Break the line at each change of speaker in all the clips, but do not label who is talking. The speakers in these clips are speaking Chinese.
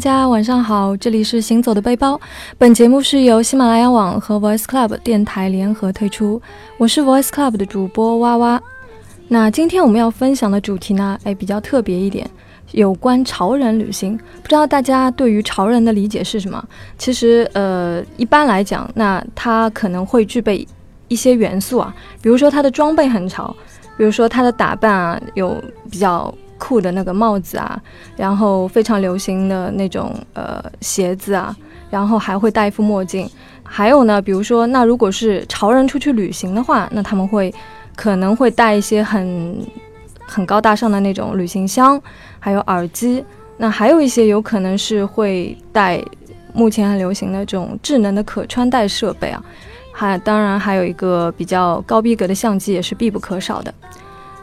家晚上好，这里是行走的背包。本节目是由喜马拉雅网和 Voice Club 电台联合推出，我是 Voice Club 的主播哇哇。那今天我们要分享的主题呢，哎，比较特别一点，有关潮人旅行。不知道大家对于潮人的理解是什么？其实，呃，一般来讲，那他可能会具备一些元素啊，比如说他的装备很潮，比如说他的打扮啊，有比较。酷的那个帽子啊，然后非常流行的那种呃鞋子啊，然后还会戴一副墨镜。还有呢，比如说，那如果是潮人出去旅行的话，那他们会可能会带一些很很高大上的那种旅行箱，还有耳机。那还有一些有可能是会带目前很流行的这种智能的可穿戴设备啊，还当然还有一个比较高逼格的相机也是必不可少的。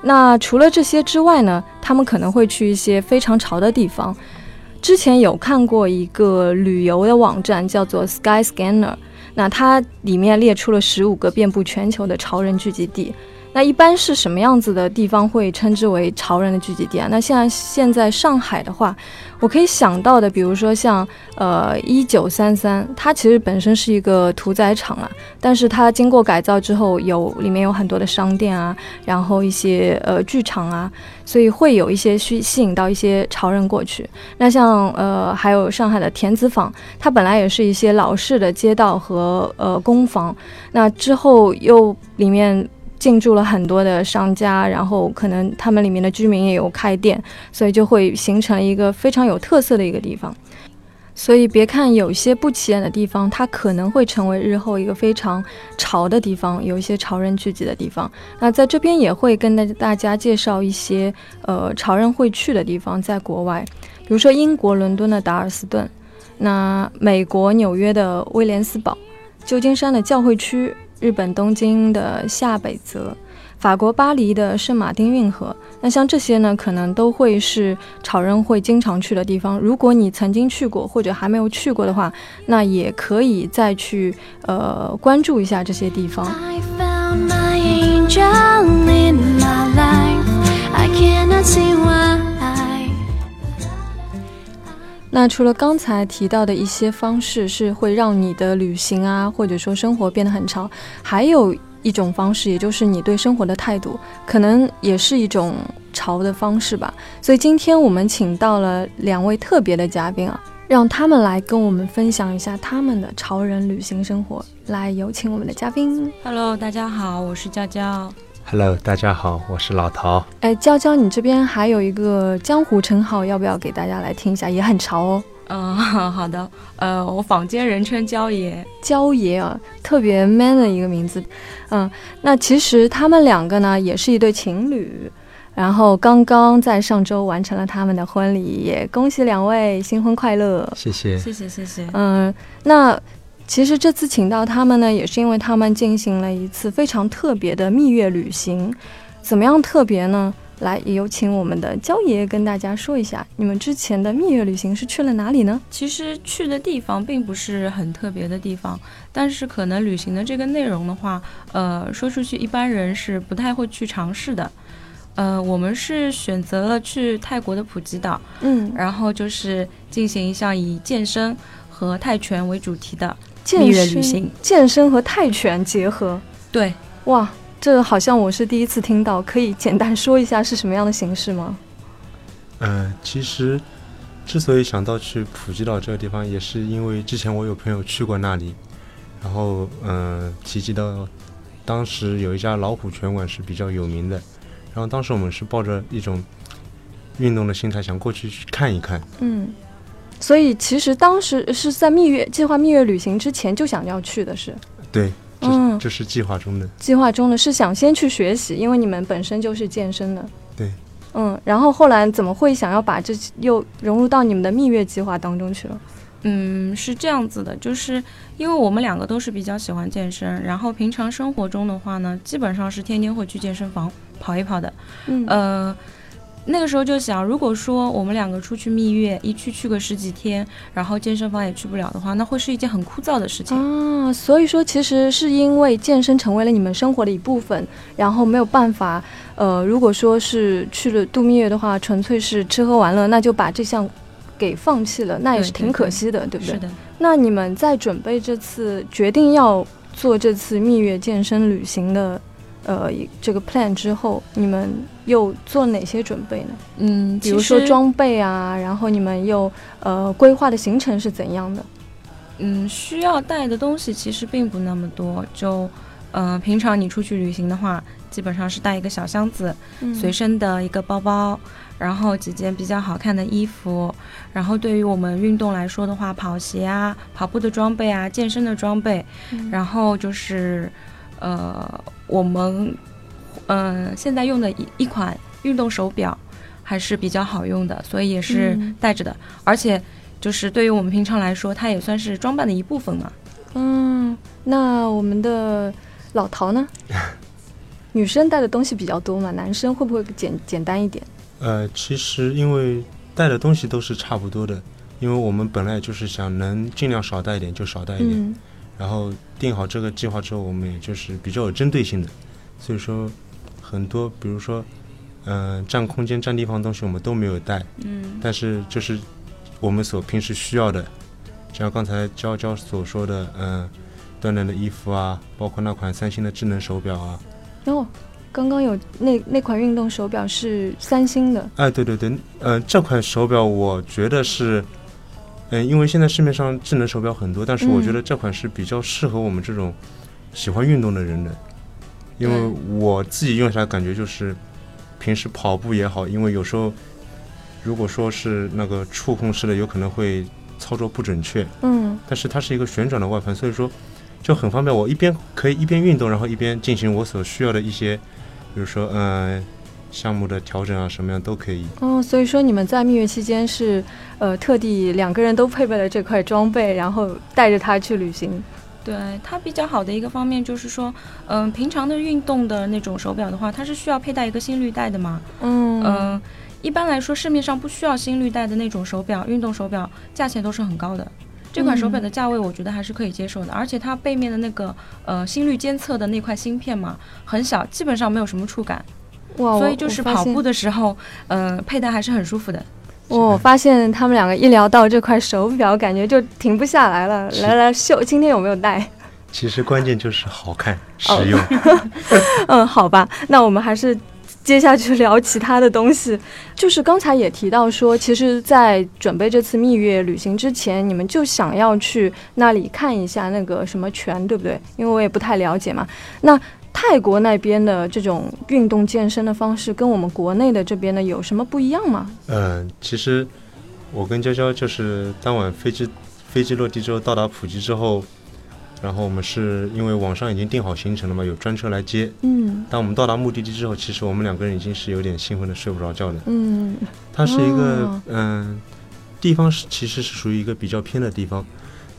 那除了这些之外呢，他们可能会去一些非常潮的地方。之前有看过一个旅游的网站，叫做 Sky Scanner，那它里面列出了十五个遍布全球的潮人聚集地。那一般是什么样子的地方会称之为潮人的聚集地啊？那现在现在上海的话，我可以想到的，比如说像呃一九三三，它其实本身是一个屠宰场啊，但是它经过改造之后有，有里面有很多的商店啊，然后一些呃剧场啊，所以会有一些吸吸引到一些潮人过去。那像呃还有上海的田子坊，它本来也是一些老式的街道和呃工坊，那之后又里面。进驻了很多的商家，然后可能他们里面的居民也有开店，所以就会形成了一个非常有特色的一个地方。所以别看有些不起眼的地方，它可能会成为日后一个非常潮的地方，有一些潮人聚集的地方。那在这边也会跟大大家介绍一些呃潮人会去的地方，在国外，比如说英国伦敦的达尔斯顿，那美国纽约的威廉斯堡，旧金山的教会区。日本东京的下北泽，法国巴黎的圣马丁运河，那像这些呢，可能都会是潮人会经常去的地方。如果你曾经去过或者还没有去过的话，那也可以再去呃关注一下这些地方。
I found my angel in my life. I cannot see why.
那除了刚才提到的一些方式是会让你的旅行啊，或者说生活变得很长，还有一种方式，也就是你对生活的态度，可能也是一种潮的方式吧。所以今天我们请到了两位特别的嘉宾啊，让他们来跟我们分享一下他们的潮人旅行生活。来，有请我们的嘉宾。
Hello，大家好，我是娇娇。
Hello，大家好，我是老陶。
哎，娇娇，你这边还有一个江湖称号，要不要给大家来听一下？也很潮哦。
嗯， 好的。呃，我坊间人称娇爷。
娇爷啊，特别 man 的一个名字。嗯，那其实他们两个呢，也是一对情侣，然后刚刚在上周完成了他们的婚礼，也恭喜两位新婚快乐。
谢谢。
谢谢，谢谢。
嗯，那。其实这次请到他们呢，也是因为他们进行了一次非常特别的蜜月旅行。怎么样特别呢？来，有请我们的焦爷爷跟大家说一下，你们之前的蜜月旅行是去了哪里呢？
其实去的地方并不是很特别的地方，但是可能旅行的这个内容的话，呃，说出去一般人是不太会去尝试的。呃，我们是选择了去泰国的普吉岛，
嗯，
然后就是进行一项以健身和泰拳为主题的。
健
身、旅行
健身和泰拳结合，
对，
哇，这好像我是第一次听到，可以简单说一下是什么样的形式吗？
嗯、其实之所以想到去普吉岛这个地方，也是因为之前我有朋友去过那里，然后嗯、呃提及到当时有一家老虎拳馆是比较有名的，然后当时我们是抱着一种运动的心态想过去去看一看，
嗯，所以其实当时是在蜜月计划蜜月旅行之前就想要去的是，
对，这、
嗯
这是计划中的，
计划中的是想先去学习，因为你们本身就是健身的，
对，
嗯，然后后来怎么会想要把这又融入到你们的蜜月计划当中去了？
嗯，是这样子的，就是因为我们两个都是比较喜欢健身，然后平常生活中的话呢，基本上是天天会去健身房跑一跑的。
嗯
呃，那个时候就想，如果说我们两个出去蜜月，一去去个十几天，然后健身房也去不了的话，那会是一件很枯燥的事情。
啊，所以说其实是因为健身成为了你们生活的一部分，然后没有办法，呃，如果说是去了度蜜月的话，纯粹是吃喝玩乐，那就把这项给放弃了，那也
对
是
对
挺可
对
惜的，对不对？
是的，
那你们在准备这次决定要做这次蜜月健身旅行的，呃，一这个 plan 之后，你们又做哪些准备呢？
嗯，
比如
其
说
实
装备啊，然后你们又呃规划的行程是怎样的？
嗯，需要带的东西其实并不那么多，就。嗯、平常你出去旅行的话，基本上是带一个小箱子，
嗯
随身的一个包包，然后几件比较好看的衣服，然后对于我们运动来说的话，跑鞋啊、跑步的装备啊、健身的装备，
嗯
然后就是，呃，我们，呃，现在用的一一款运动手表还是比较好用的，所以也是
嗯
带着的，而且就是对于我们平常来说，它也算是装扮的一部分嘛。
嗯，那我们的老陶呢？女生带的东西比较多嘛，男生会不会简简单一点？
呃，其实因为带的东西都是差不多的，因为我们本来就是想能尽量少带一点就少带一点，
嗯
然后定好这个计划之后，我们也就是比较有针对性的，所以说很多比如说，嗯、占空间占地方的东西我们都没有带，
嗯
但是就是我们所平时需要的，像刚才娇娇所说的，嗯、锻炼的衣服啊，包括那款三星的智能手表啊，
哦，刚刚有那那款运动手表是三星的，
哎，对对对，呃，这款手表我觉得是，嗯、因为现在市面上智能手表很多，但是我
嗯
觉得这款是比较适合我们这种喜欢运动的人的，因为我自己用下来感觉就是，平时跑步也好，因为有时候如果说是那个触控式的，有可能会操作不准确，
嗯
但是它是一个旋转的外盘，所以说就很方便。我一边可以一边运动，然后一边进行我所需要的一些，比如说嗯、呃项目的调整啊，什么样都可以。
哦，所以说你们在蜜月期间是呃特地两个人都配备了这块装备，然后带着它去旅行。
对它比较好的一个方面就是说，嗯、平常的运动的那种手表的话，它是需要佩戴一个心率带的嘛。
嗯
嗯、一般来说市面上不需要心率带的那种手表，运动手表价钱都是很高的。这款手
嗯
表的价位我觉得还是可以接受的，而且它背面的那个呃心率监测的那块芯片嘛，很小，基本上没有什么触感，
哇，哦
所
我
以就是
我发
跑
现
步的时候，嗯、佩戴还是很舒服的。
我发现他们两个一聊到这块手表，感觉就停不下来了。
是
来来秀，今天有没有带？
其实关键就是好看、实
哦
用。
嗯，好吧，那我们还是接下去聊其他的东西。就是刚才也提到说，其实，在准备这次蜜月旅行之前，你们就想要去那里看一下那个什么泉，对不对？因为我也不太了解嘛。那泰国那边的这种运动健身的方式，跟我们国内的这边的有什么不一样吗？
嗯、其实我跟娇娇就是当晚飞机飞机落地之后到达普吉之后，然后我们是因为网上已经定好行程了嘛，有专车来接。
嗯
当我们到达目的地之后，其实我们两个人已经是有点兴奋的睡不着觉了。
嗯
它是一个
哦
嗯、地方是其实是属于一个比较偏的地方，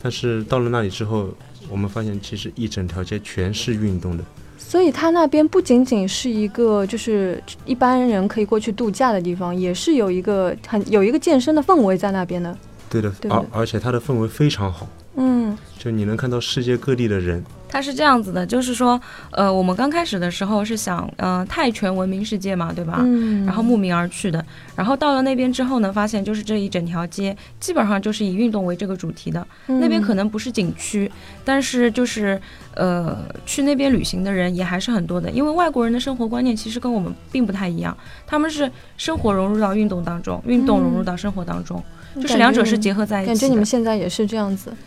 但是到了那里之后，我们发现其实一整条街全是运动的。
所以它那边不仅仅是一个就是一般人可以过去度假的地方，也是有一个很有一个健身的氛围在那边的。
对的，
对
而而且它的氛围非常好，
嗯
就你能看到世界各地的人。
它是这样子的，就是说，呃，我们刚开始的时候是想，呃，泰拳闻名世界嘛，对吧？
嗯，
啊然后慕名而去的。然后到了那边之后呢，发现就是这一整条街基本上就是以运动为这个主题的。
嗯
那边可能不是景区，但是就是呃，去那边旅行的人也还是很多的，因为外国人的生活观念其实跟我们并不太一样，他们是生活融入到运动当中，运动融入到生活当中，
嗯
就是两者是结。合在一起
感
的。
觉你们感觉你们现在也是这样子，哎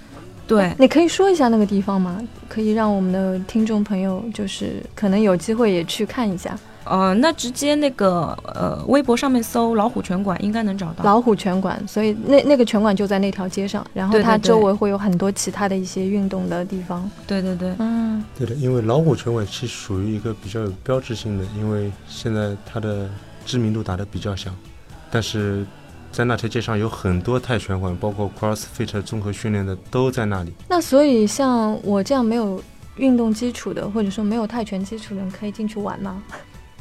对。
你可以说一下那个地方吗？可以让我们的听众朋友就是可能有机会也去看一下
呃，那直接那个呃，微博上面搜“老虎拳馆”应该能找到。
老虎拳馆，所以那那个拳馆就在那条街上，然后
啊对对
它
对
周围会有很多其他的一些运动的地方。
对对对，
Mm.
嗯
对的，因为老虎拳馆是属于一个比较有标志性的，因为现在它的知名度打得比较响，但是在那条街上有很多泰拳馆，包括 CrossFit 综合训练的都在那里。
那所以像我这样没有运动基础的，或者说没有泰拳基础的，人可以进去玩吗？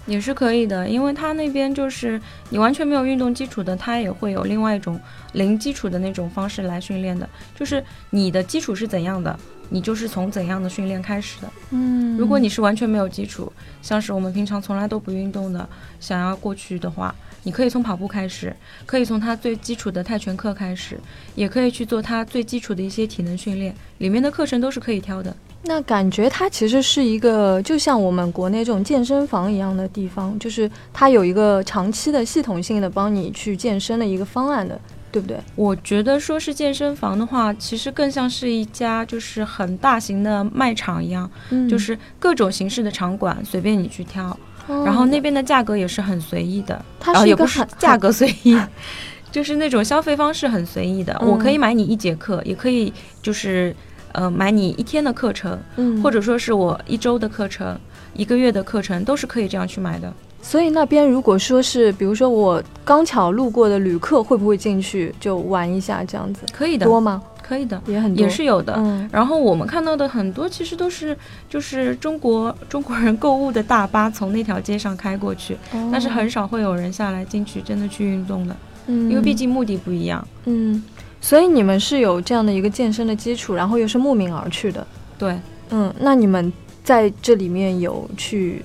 也是可以的，因为它那边就是你完全没有运动基础的，它也会有另外一种零基础的那种方式来训练的，就是你的基础是怎样的，你就是从怎样的训练开始的。
嗯，
如果你是完全没有基础，像是我们平常从来都不运动的，想要过去的话，你可以从跑步开始，可以从他最基础的泰拳课开始，也可以去做他最基础的一些体能训练，里面的课程都是可以挑的。
那感觉它其实是一个，就像我们国内这种健身房一样的地方，就是它有一个长期的、系统性的帮你去健身的一个方案的，对不对？
我觉得说是健身房的话，其实更像是一家就是很大型的卖场一样，
嗯
就是各种形式的场馆随便你去挑，
哦
然后那边的价格也是很随意的。
它
然后
啊是一
也
个
不是
很
价格随意， 就是那种消费方式很随意的。
嗯
我可以买你一节课，也可以就是呃买你一天的课程，
嗯，
或者说是我一周的课程、一个月的课程，都是可以这样去买的。
所以那边如果说是，比如说我刚巧路过的旅客，会不会进去就玩一下这样子？
可以的，
多吗？
可以的，
也很多，
也是有的。
嗯
然后我们看到的很多其实都是就是中国中国人购物的大巴从那条街上开过去，
哦
但是很少会有人下来进去真的去运动的，
嗯，
因为毕竟目的不一样。
嗯，所以你们是有这样的一个健身的基础，然后又是慕名而去的。
对，
嗯，那你们在这里面有去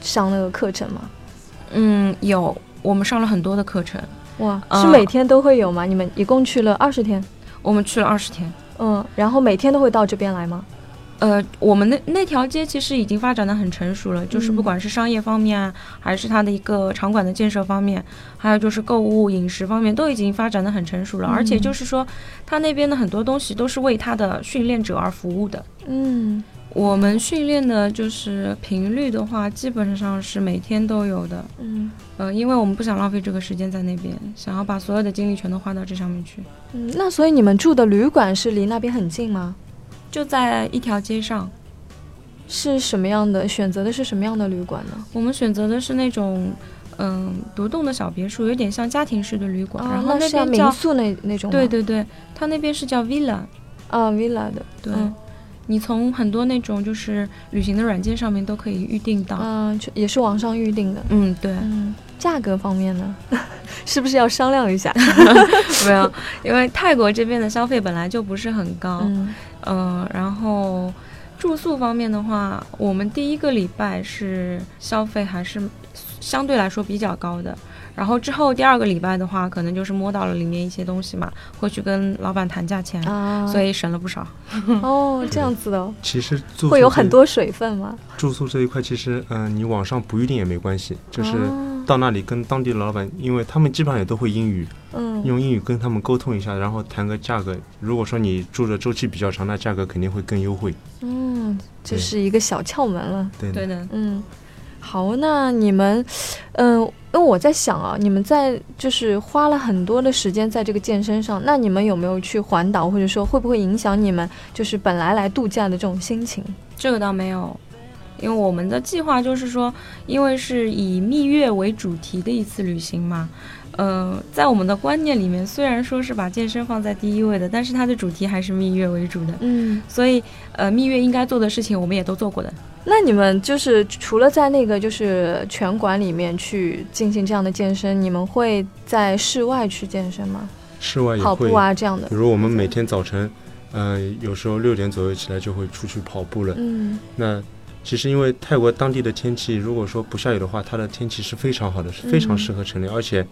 上那个课程吗？
嗯，有我们上了很多的课程。
哇，嗯
啊
是每天都会有吗？你们一共去了二十天，
我们去了二十天。
嗯，然后每天都会到这边来吗？
呃，我们那那条街其实已经发展的很成熟了，就是
嗯
不管是商业方面啊，还是它的一个场馆的建设方面，还有就是购物、饮食方面，都已经发展的很成熟了。而且
嗯
就是说，它那边的很多东西都是为它的训练者而服务的。
嗯，
我们训练的就是频率的话，基本上是每天都有的。
嗯
呃，因为我们不想浪费这个时间在那边，想要把所有的精力全都花到这上面去，
嗯，那所以你们住的旅馆是离那边很近吗？
就在一条街上。
是什么样的选择的是什么样的旅馆呢？
我们选择的是那种，嗯，独栋的小别墅，有点像家庭式的旅馆。然后
哦那是要
边
民
叫，
宿啊那那种吗
对对对，它那边是叫 villa，
啊，villa 的，
对。
嗯
你从很多那种就是旅行的软件上面都可以预定到，
嗯、就也是网上预定的。
嗯，对，
嗯，价格方面呢， 是不是要商量一下？
没有，因为泰国这边的消费本来就不是很高，
嗯
嗯、然后住宿方面的话，我们第一个礼拜是消费还是相对来说比较高的，然后之后第二个礼拜的话，可能就是摸到了里面一些东西嘛，会去跟老板谈价钱，
啊，
所以省了不少。
哦，这样子的哦，
其实住宿
会有
这
很多水分吗？
住宿这一块，其实嗯、呃你网上不预定也没关系，就是
哦
到那里跟当地老板，因为他们基本上也都会英语，
嗯，
用英语跟他们沟通一下，然后谈个价格。如果说你住的周期比较长，那价格肯定会更优惠。
嗯，这是一个小窍门了。
对
对的，
嗯，好，那你们，嗯、因为我在想啊，你们在就是花了很多的时间在这个健身上，那你们有没有去环岛，或者说会不会影响你们就是本来来度假的这种心情？
这个倒没有。因为我们的计划就是说，因为是以蜜月为主题的一次旅行嘛，呃，在我们的观念里面，虽然说是把健身放在第一位的，但是它的主题还是蜜月为主的。
嗯，
所以，呃，蜜月应该做的事情，我们也都做过的。
那你们就是除了在那个就是拳馆里面去进行这样的健身，你们会在室外去健身吗？
室外也
跑
会，
步啊这样的
比？如我们每天早晨，呃，有时候六点左右起来就会出去跑步了。
嗯
那其实因为泰国当地的天气，如果说不下雨的话，它的天气是非常好的，是非
嗯
常适合晨练，而且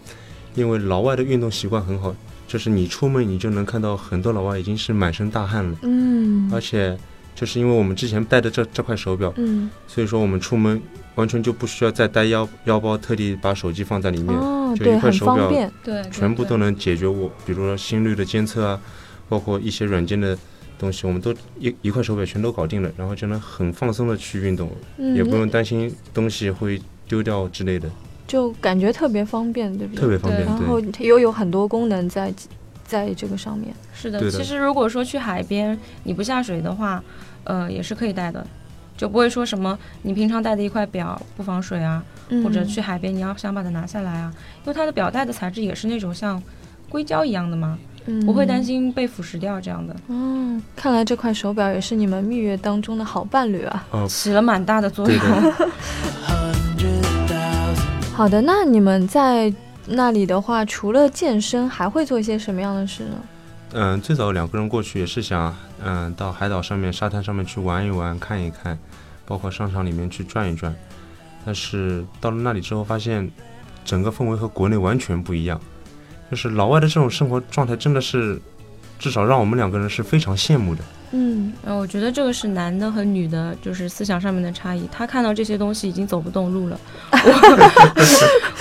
因为老外的运动习惯很好，就是你出门你就能看到很多老外已经是满身大汗了，
嗯
而且就是因为我们之前戴的这这块手表，
嗯
所以说我们出门完全就不需要再带腰腰包，特地把手机放在里面，
哦，
就一
对，
块
很
手
方
表
便。
对，对
全部
对
都能解决我，比如说心率的监测啊，包括一些软件的东西，我们都一一块手表全都搞定了，然后就能很放松的去运动，
嗯，
也不用担心东西会丢掉之类的，
就感觉特别方便，对不对？
特别方便
对。
然后
对，
它又有很多功能在在这个上面。
是的，
对的
其实如果说去海边你不下水的话，呃，也是可以带的，就不会说什么你平常带的一块表不防水啊，
嗯
或者去海边你要想把它拿下来啊，因为它的表带的材质也是那种像硅胶一样的嘛，不会担。
嗯
心被腐蚀掉这样的，
哦，看来这块手表也是你们蜜月当中的好伴侣啊。
哦，
起了蛮大的作
对
用。
的，
hundred thousand.
好的，那你们在那里的话，除了健身，还会做一些什么样的事呢？
嗯、最早两个人过去也是想，嗯、到海岛上面、沙滩上面去玩一玩、看一看，包括商场里面去转一转。但是到了那里之后，发现整个氛围和国内完全不一样，就是老外的这种生活状态真的是，至少让我们两个人是非常羡慕的。
嗯，。
呃，我觉得这个是男的和女的，就是思想上面的差异。他看到这些东西已经走不动路了，我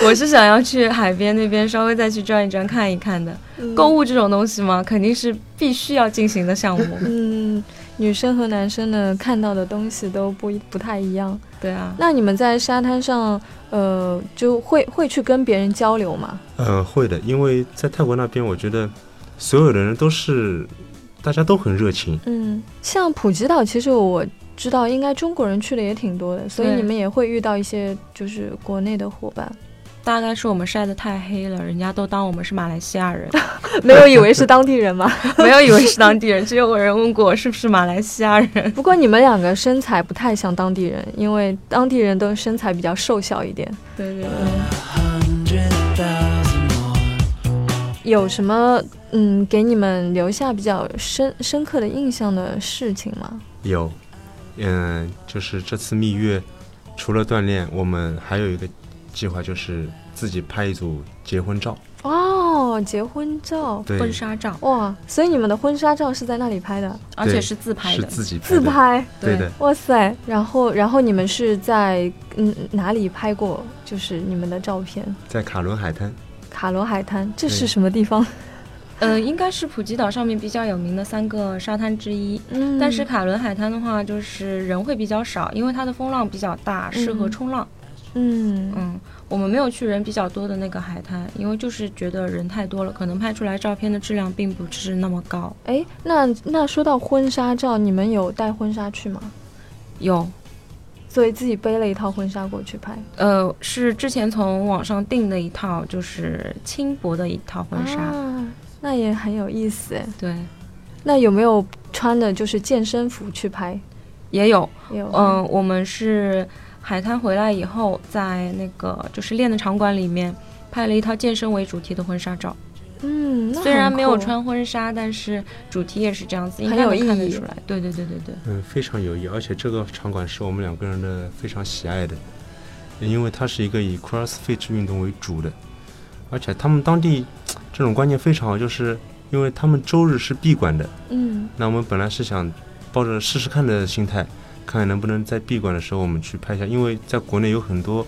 我是想要去海边那边稍微再去转一转看一看的。购物这种东西嘛，肯定是必须要进行的项目
嗯，女生和男生呢看到的东西都不一不太一样。
对啊，
那你们在沙滩上，呃，就会会去跟别人交流吗？
呃，会的，因为在泰国那边，我觉得所有的人都是，大家都很热情。
嗯，像普吉岛，其实我知道应该中国人去的也挺多的，所以
对
你们也会遇到一些就是国内的伙 伴，
大概是我们晒得太黑了，人家都当我们是马来西亚人，
没有以为是当地人吗？
没有以为是当地人。只有人问过我是不是马来西亚人。
不过你们两个身材不太像当地人，因为当地人都身材比较瘦小一点。
对对对，
有什么嗯给你们留下比较深深刻的印象的事情吗？
有，嗯、就是这次蜜月，除了锻炼，我们还有一个计划，就是自己拍一组结婚照。
哦，结婚照
对，
婚纱照，
哇！所以你们的婚纱照是在那里拍的，
而且是自拍
是
的，
自己拍
自
的，
拍。
对
对
的。
哇塞！然后，然后你们是在嗯哪里拍过？就是你们的照片，
在卡伦海滩，
卡罗海滩，这是
对
什么地方？
呃，应该是普吉岛上面比较有名的三个沙滩之一。
嗯
但是卡伦海滩的话，就是人会比较少，因为它的风浪比较大，适合
嗯
冲浪。
嗯
嗯，我们没有去人比较多的那个海滩，因为就是觉得人太多了，可能拍出来照片的质量并不是那么高。
哎，那那说到婚纱照，你们有带婚纱去吗？
有，
所以自己背了一套婚纱过去拍
呃，是之前从网上订的一套，就是轻薄的一套婚纱。
啊，那也很有意思哎。
对，
那有没有穿的就是健身服去拍？
也有。
也有，
嗯、，我们是海滩回来以后，在那个就是练的场馆里面拍了一套健身为主题的婚纱照。
嗯，那
虽然
很
没有
酷，
穿婚纱，但是主题也是这样子，应
很
该
有
能看得
意义
出来。对对对对对，
嗯，非常有意，而且这个场馆是我们两个人的非常喜爱的，因为它是一个以 CrossFit 运动为主的，而且他们当地这种观念非常好，就是因为他们周日是闭馆的，
嗯
那我们本来是想抱着试试看的心态，看看能不能在闭馆的时候我们去拍一下，因为在国内有很多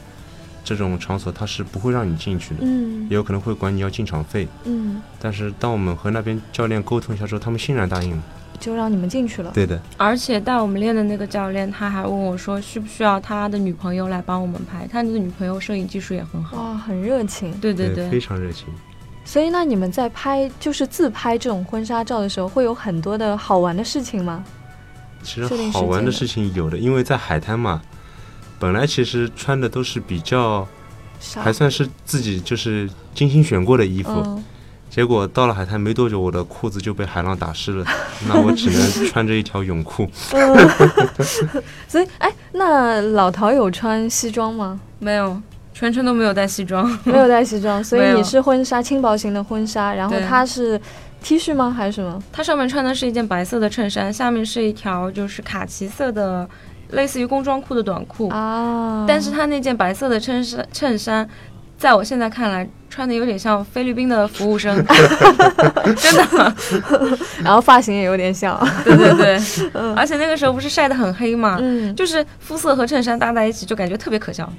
这种场所它是不会让你进去的，
嗯
也有可能会管你要进场费，
嗯，
但是当我们和那边教练沟通一下之后，他们欣然答应了。
就让你们进去了。
对的，
而且带我们练的那个教练，他还问我说，需不需要他的女朋友来帮我们拍？他的女朋友摄影技术也很好。
哇，很热情。
对对对，
非常热情。
所以那你们在拍就是自拍这种婚纱照的时候，会有很多的好玩的事情吗？
其实
设定
好玩的
时
事情有的，因为在海滩嘛，本来其实穿的都是比较
啥
还算是自己就是精心选过的衣服，
嗯，
结果到了海滩没多久，我的裤子就被海浪打湿了，那我只能穿着一条泳裤。
所以哎，那老陶有穿西装吗？
没有，全程都没有带西装。
没有带西装，所
没
以
有
你是婚纱轻薄型的婚纱，然后
对
他是 T 恤吗？还是什么？
他上面穿的是一件白色的衬衫，下面是一条就是卡其色的，类似于工装裤的短裤。
啊，
哦但是他那件白色的衬衫，衬衫，在我现在看来，穿的有点像菲律宾的服务生，真的，
然后发型也有点像，
对对 对，而且那个时候不是晒得很黑嘛，
嗯，
就是肤色和衬衫搭在一起，就感觉特别可笑。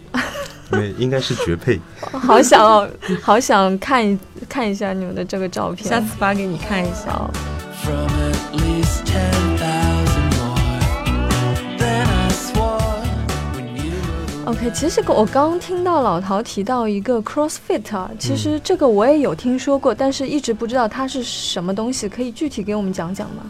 对，应该是绝配。
好想哦，好想看一看一下你们的这个照片。
下次发给你看一下。
好
from at least 10,000 more than I swore when you were the
OK，其实我刚听到老陶提到一个 CrossFit 啊，其实这个我也有听说过，但是一直不知道它是什么东西，可以具体给我们讲讲吗？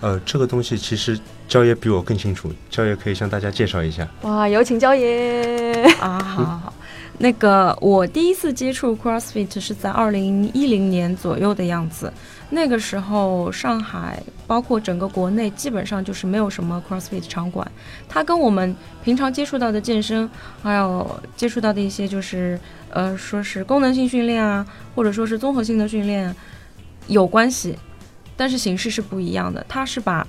呃，这个东西其实焦爷比我更清楚，焦爷可以向大家介绍一下。
哇，有请焦爷！
啊，好好好。那个我第一次接触 CrossFit 是在二零一零年左右的样子，那个时候上海包括整个国内基本上就是没有什么 CrossFit 场馆，它跟我们平常接触到的健身，还有接触到的一些就是呃说是功能性训练啊，或者说是综合性的训练有关系，但是形式是不一样的，它是把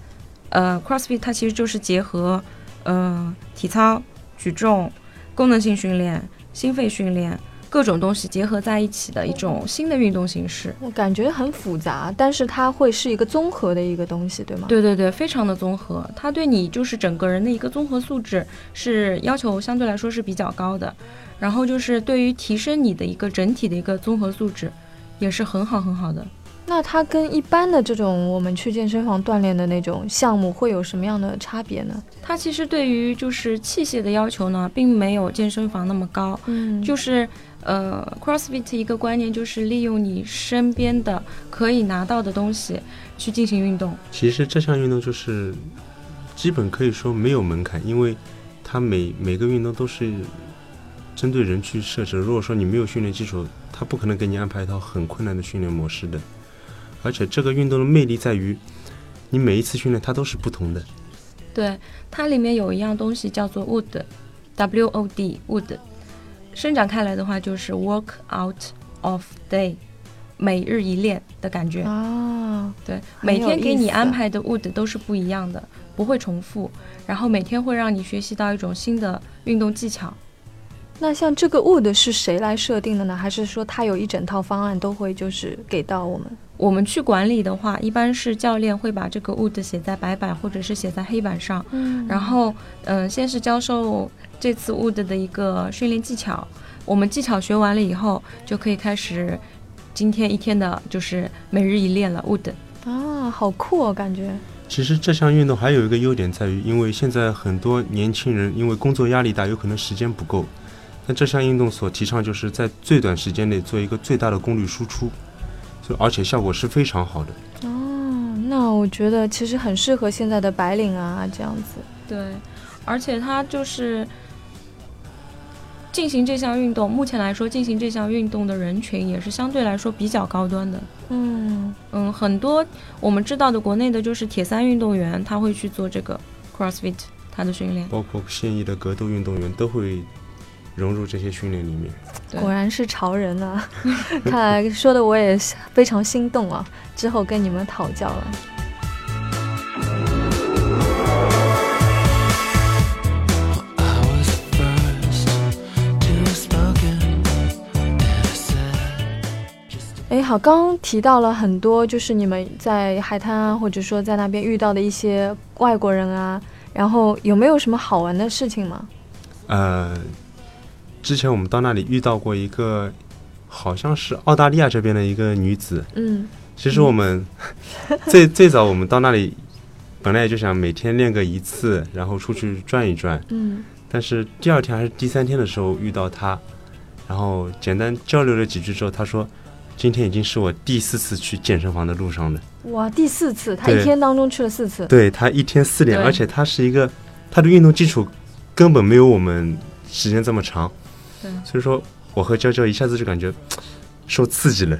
呃 CrossFit 它其实就是结合呃体操、举重、功能性训练。心肺训练各种东西结合在一起的一种新的运动形式。
我感觉很复杂，但是它会是一个综合的一个东西，对吗？
对对对，非常的综合，它对你就是整个人的一个综合素质是要求相对来说是比较高的，然后就是对于提升你的一个整体的一个综合素质，也是很好很好的。
那它跟一般的这种我们去健身房锻炼的那种项目会有什么样的差别呢？
它其实对于就是器械的要求呢，并没有健身房那么高，
嗯
就是是呃，CrossFit 一个观念就是利用你身边的可以拿到的东西去进行运动。
其实这项运动就是基本可以说没有门槛，因为它每每个运动都是针对人去设置。如果说你没有训练基础，它不可能给你安排一套很困难的训练模式的。而且这个运动的魅力在于，你每一次训练它都是不同的。
对，它里面有一样东西叫做 wood，W O D wood，伸展开来的话就是 work out of day，每日一练的感觉。
啊，
对，
很有
每天给
意
你
思
安排的 wood 都是不一样的，不会重复，然后每天会让你学习到一种新的运动技巧。
那像这个 wood 是谁来设定的呢？还是说它有一整套方案都会就是给到我们？
我们去管理的话，一般是教练会把这个 wood 写在白板或者是写在黑板上，
嗯
然后，嗯、先是教授这次 Wood 的一个训练技巧。我们技巧学完了以后，就可以开始今天一天的，就是每日一练了 Wood。
啊，好酷哦，感觉
其实这项运动还有一个优点在于，因为现在很多年轻人因为工作压力大，有可能时间不够。那这项运动所提倡就是在最短时间内做一个最大的功率输出，所以而且效果是非常好的。
哦。那我觉得其实很适合现在的白领啊，这样子。
对，而且它就是进行这项运动，目前来说进行这项运动的人群也是相对来说比较高端的。
嗯，
嗯，很多我们知道的国内的就是铁三运动员，他会去做这个 CrossFit 他的训练。
包括现役的格斗运动员都会融入这些训练里面。
对
果然是潮人啊！ 看来说的我也是非常心动啊，之后跟你们讨教了。
I was the first to have spoken, and I said, just a
哎，好，刚刚提到了很多，就是你们在海滩啊，或者说在那边遇到的一些外国人啊，然后有没有什么好玩的事情吗？
呃，之前我们到那里遇到过一个，好像是澳大利亚这边的一个女子。
嗯，
其实我们
嗯
最最早我们到那里，本来也就想每天练个一次，然后出去转一转。
嗯，
但是第二天还是第三天的时候遇到她，然后简单交流了几句之后，她说。今天已经是我第四次去健身房的路上了。
哇，第四次，他一
对
天当中去了四次，
对她一天四练，
对
而且她是一个，她的运动基础根本没有我们时间这么长。
对，
所以说我和娇娇一下子就感觉受刺激了。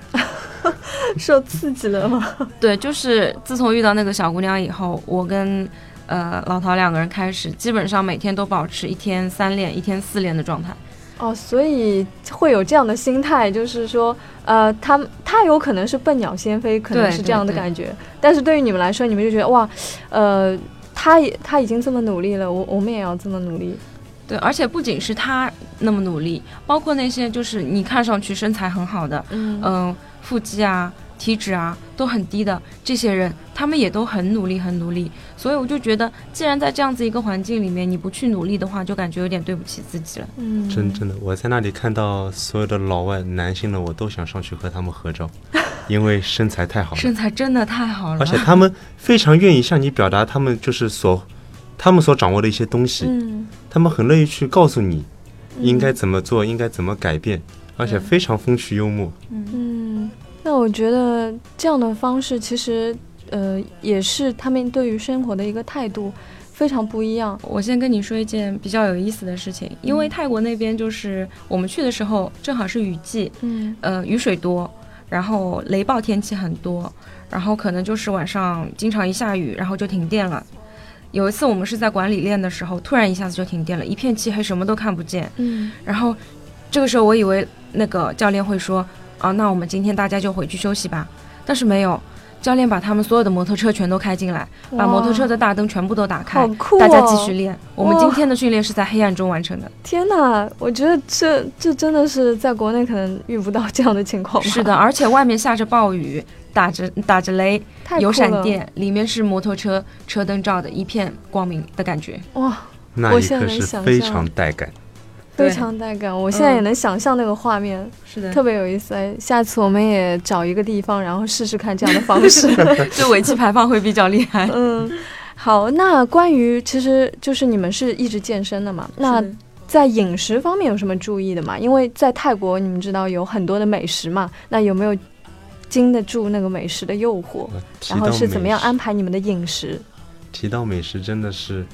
受刺激了吗？
对，就是自从遇到那个小姑娘以后，我跟呃老陶两个人开始，基本上每天都保持一天三练、一天四练的状态。
哦，所以会有这样的心态，就是说，呃，他他有可能是笨鸟先飞，可能
对
是
对
这样的
对
感觉，但是对于你们来说，你们就觉得哇，呃，他也他已经这么努力了，我我们也要这么努力，
对，而且不仅是她那么努力，包括那些就是你看上去身材很好的，
嗯
嗯、腹肌啊、体脂啊都很低的这些人，他们也都很努力、很努力。所以我就觉得，既然在这样子一个环境里面，你不去努力的话，就感觉有点对不起自己了。
嗯，
真真的，我在那里看到所有的老外男性的，我都想上去和他们合 照，因为身材太好了，
身材真的太好了，
而且他们非常愿意向你表达他们就是所他们所掌握的一些东西，
嗯，
他们很乐意去告诉你应该怎么做，应该怎么改变，而
嗯
且非常风趣幽默。
嗯，那我觉得这样的方式其实呃，也是他们对于生活的一个态度非常不一样。
我先跟你说一件比较有意思的事情，因为泰国那边就是我们去的时候正好是雨季，
嗯
呃，雨水多，然后雷暴天气很多，然后可能就是晚上经常一下雨，然后就停电了。有一次我们是在管理练的时候，突然一下子就停电了，一片漆黑，什么都看不见。
嗯
然后这个时候我以为那个教练会说啊，那我们今天大家就回去休息吧，但是没有，教练把他们所有的摩托车全都开进来，把摩托车的大灯全部都打开
好，酷、哦，
大家继续。练。我们
哇
今天的训练是在黑暗中完成的。
天哪，我觉得这这真的是在国内可能遇不到这样的情况吧。
是的，，而且外面下着暴雨，打着打着雷，
太酷
有闪
了
电，里面是摩托车车灯照的一片光明的感觉。
哇，
那
我
一
现在
刻
能
是
想
非
象
常带感。
非
对嗯
常带感。我现在也能想象那个画面，
是的
特别有意思。哎，下次我们也找一个地方，然后试试看这样的方式。
就尾气排放会比较厉 害。
嗯，好，那关于其实就是你们是一直健身的嘛？那
是的
在饮食方面有什么注意的吗？因为在泰国你们知道有很多的美食嘛，那有没有经得住那个美食的诱惑？
呃提
然后
到
是
美
怎么样
食
安排你们的饮食？
提到美食，真的是，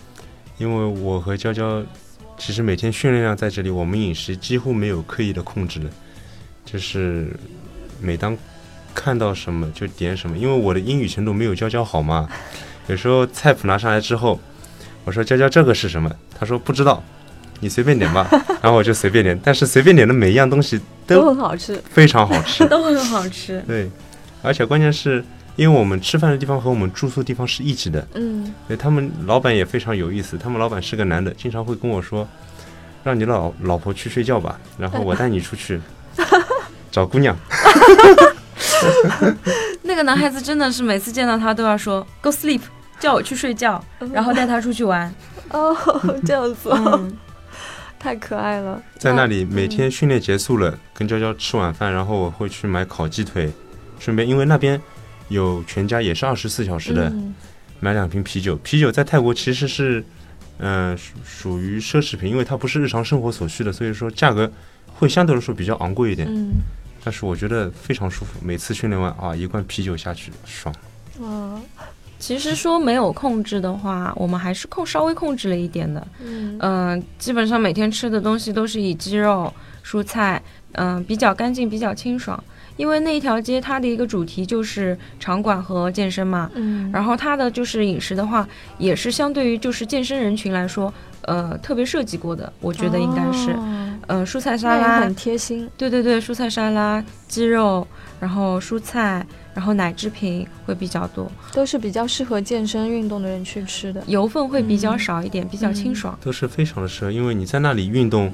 因为我和娇娇其实每天训练量在这里，我们饮食几乎没有刻意的控制的，就是每当看到什么就点什么，因为我的英语程度没有娇娇好嘛，有时候菜谱拿上来之后，我说娇娇这个是什么，她说不知道，你随便点吧， 然后我就随便点，但是随便点的每一样东西
都
都
很好吃。
非常好吃，
都很好吃。
对，而且关键是因为我们吃饭的地方和我们住宿地方是一起的。
嗯，
对他们老板也非常有意思，他们老板是个男的，经常会跟我说，让你老老婆去睡觉吧，然后我带你出去 找姑娘。
那个男孩子真的是每次见到他都要说 “go sleep”，叫我去睡觉，然后带他出去玩。
哦， 这样子、
嗯，
太可爱了。
在那里每天训练结束了，跟娇娇吃晚饭，然后我会去买烤鸡腿，顺便因为那边有全家也是二十四小时的，
嗯
买两瓶啤酒。啤酒在泰国其实是，嗯，属属于奢侈品，因为它不是日常生活所需的，所以说价格会相对来说比较昂贵一点。
嗯，
但是我觉得非常舒服，每次训练完啊，一罐啤酒下去爽。
哇，
其实说没有控制的话，我们还是控稍微控制了一点的。
嗯
嗯、基本上每天吃的东西都是以鸡肉、蔬菜，嗯、比较干净，比较清爽。因为那一条街它的一个主题就是场馆和健身嘛，
嗯，
然后它的就是饮食的话，也是相对于就是健身人群来说，呃，特别设计过的，我觉得应该是，
哦
嗯、蔬菜沙
那也
拉
很，贴心。
对对对，蔬菜沙拉、鸡肉，然后蔬菜，然后奶制品会比较多，
都是比较适合健身运动的人去吃的。
油分会比较
嗯
少一点，比较清
嗯
爽。
都是非常的适合，因为你在那里运动，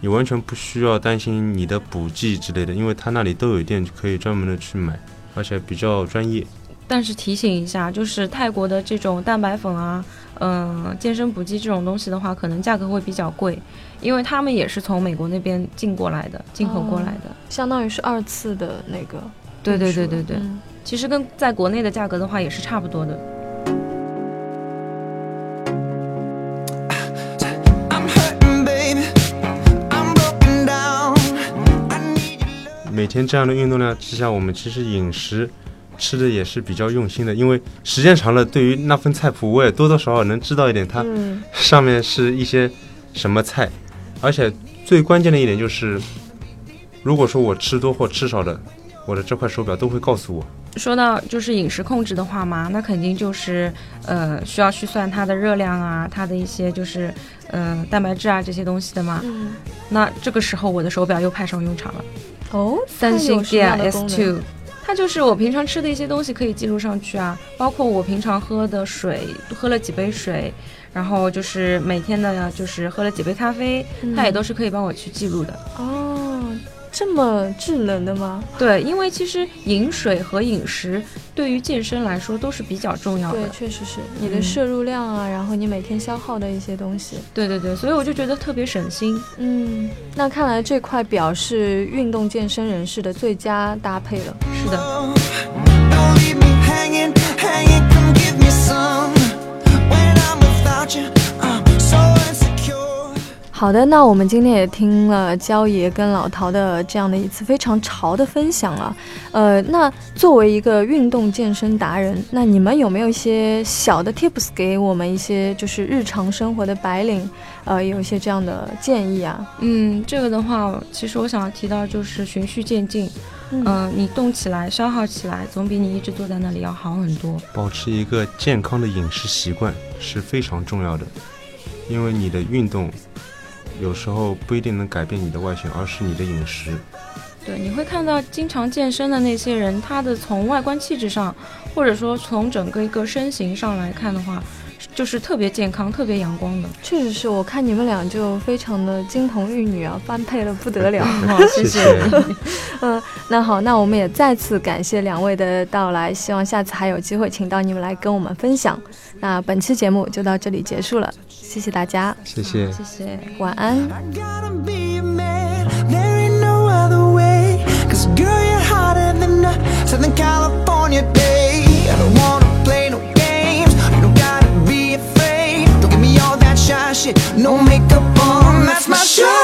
你完全不需要担心你的补剂之类的，因为他那里都有店可以专门的去买，而且比较专业。
但是提醒一下，就是泰国的这种蛋白粉啊，嗯、健身补剂这种东西的话，可能价格会比较贵，因为他们也是从美国那边进过来的，进口过来的。
相当于是二次的那个
对对
运
对
输。
对对，
哦嗯
其实跟在国内的价格的话也是差不多的。
I'm hurting, baby. I'm broken down. I need your love.
每天这样的运动量之下，我们其实饮食吃的也是比较用心的，因为时间长了，对于那份菜谱我也多多少少能知道一点，它
嗯
上面是一些什么菜，而且最关键的一点就是，如果说我吃多或吃少的，我的这块手表都会告诉我。
说到就是饮食控制的话嘛，那肯定就是呃需要去算它的热量啊，它的一些就是呃蛋白质啊这些东西的嘛。
嗯
那这个时候我的手表又派上用场了，
哦，
三星 Gear
它有什么
S
样的功能
Two。它就是我平常吃的一些东西可以记录上去啊，包括我平常喝的水，喝了几杯水，然后就是每天的，就是喝了几杯咖啡，它也都是可以帮我去记录的。
哦，这么智能的吗？
对，因为其实饮水和饮食对于健身来说都是比较重要的
对，。确实是你的
嗯
摄入量啊，然后你每天消耗的一些东西。
对对对，所以我就觉得特别省心。
嗯，那看来这块表是运动健身人士的最佳搭配了。
是的，
"Oh, Don't leave me hanging, hanging. Come give me some. When I'm without you, I'm so insecure.
好的，那我们今天也听了焦爷跟老陶的这样的一次非常潮的分享啊。呃，那作为一个运动健身达人，那你们有没有一些小的 tips 给我们一些就是日常生活的白领，呃，有一些这样的建议啊？
嗯，这个的话，其实我想要提到就是循序渐进，
嗯
嗯、你动起来，消耗起来，总比你一直坐在那里要好很多。
保持一个健康的饮食习惯是非常重要的，因为你的运动有时候不一定能改变你的外形，而是你的饮食。
对，你会看到经常健身的那些人，他的从外观气质上，或者说从整个一个身形上来看的话，就是特别健康、特别阳光的。
确实是我看你们俩就非常的金童玉女啊，般配的不得了。
好，谢
谢
谢。
嗯，那好，那我们也再次感谢两位的到来，希望下次还有机会请到你们来跟我们分享。那本期节目就到这里结束了，谢谢大家，
谢谢。
谢谢。
晚安。
I gotta be a man. There ain't no other way. Cause girl, you're hotter than a Southern California day. I don't wanna play no games. You don't gotta be afraid. Don't give me all that shy shit. No makeup on. That's my show.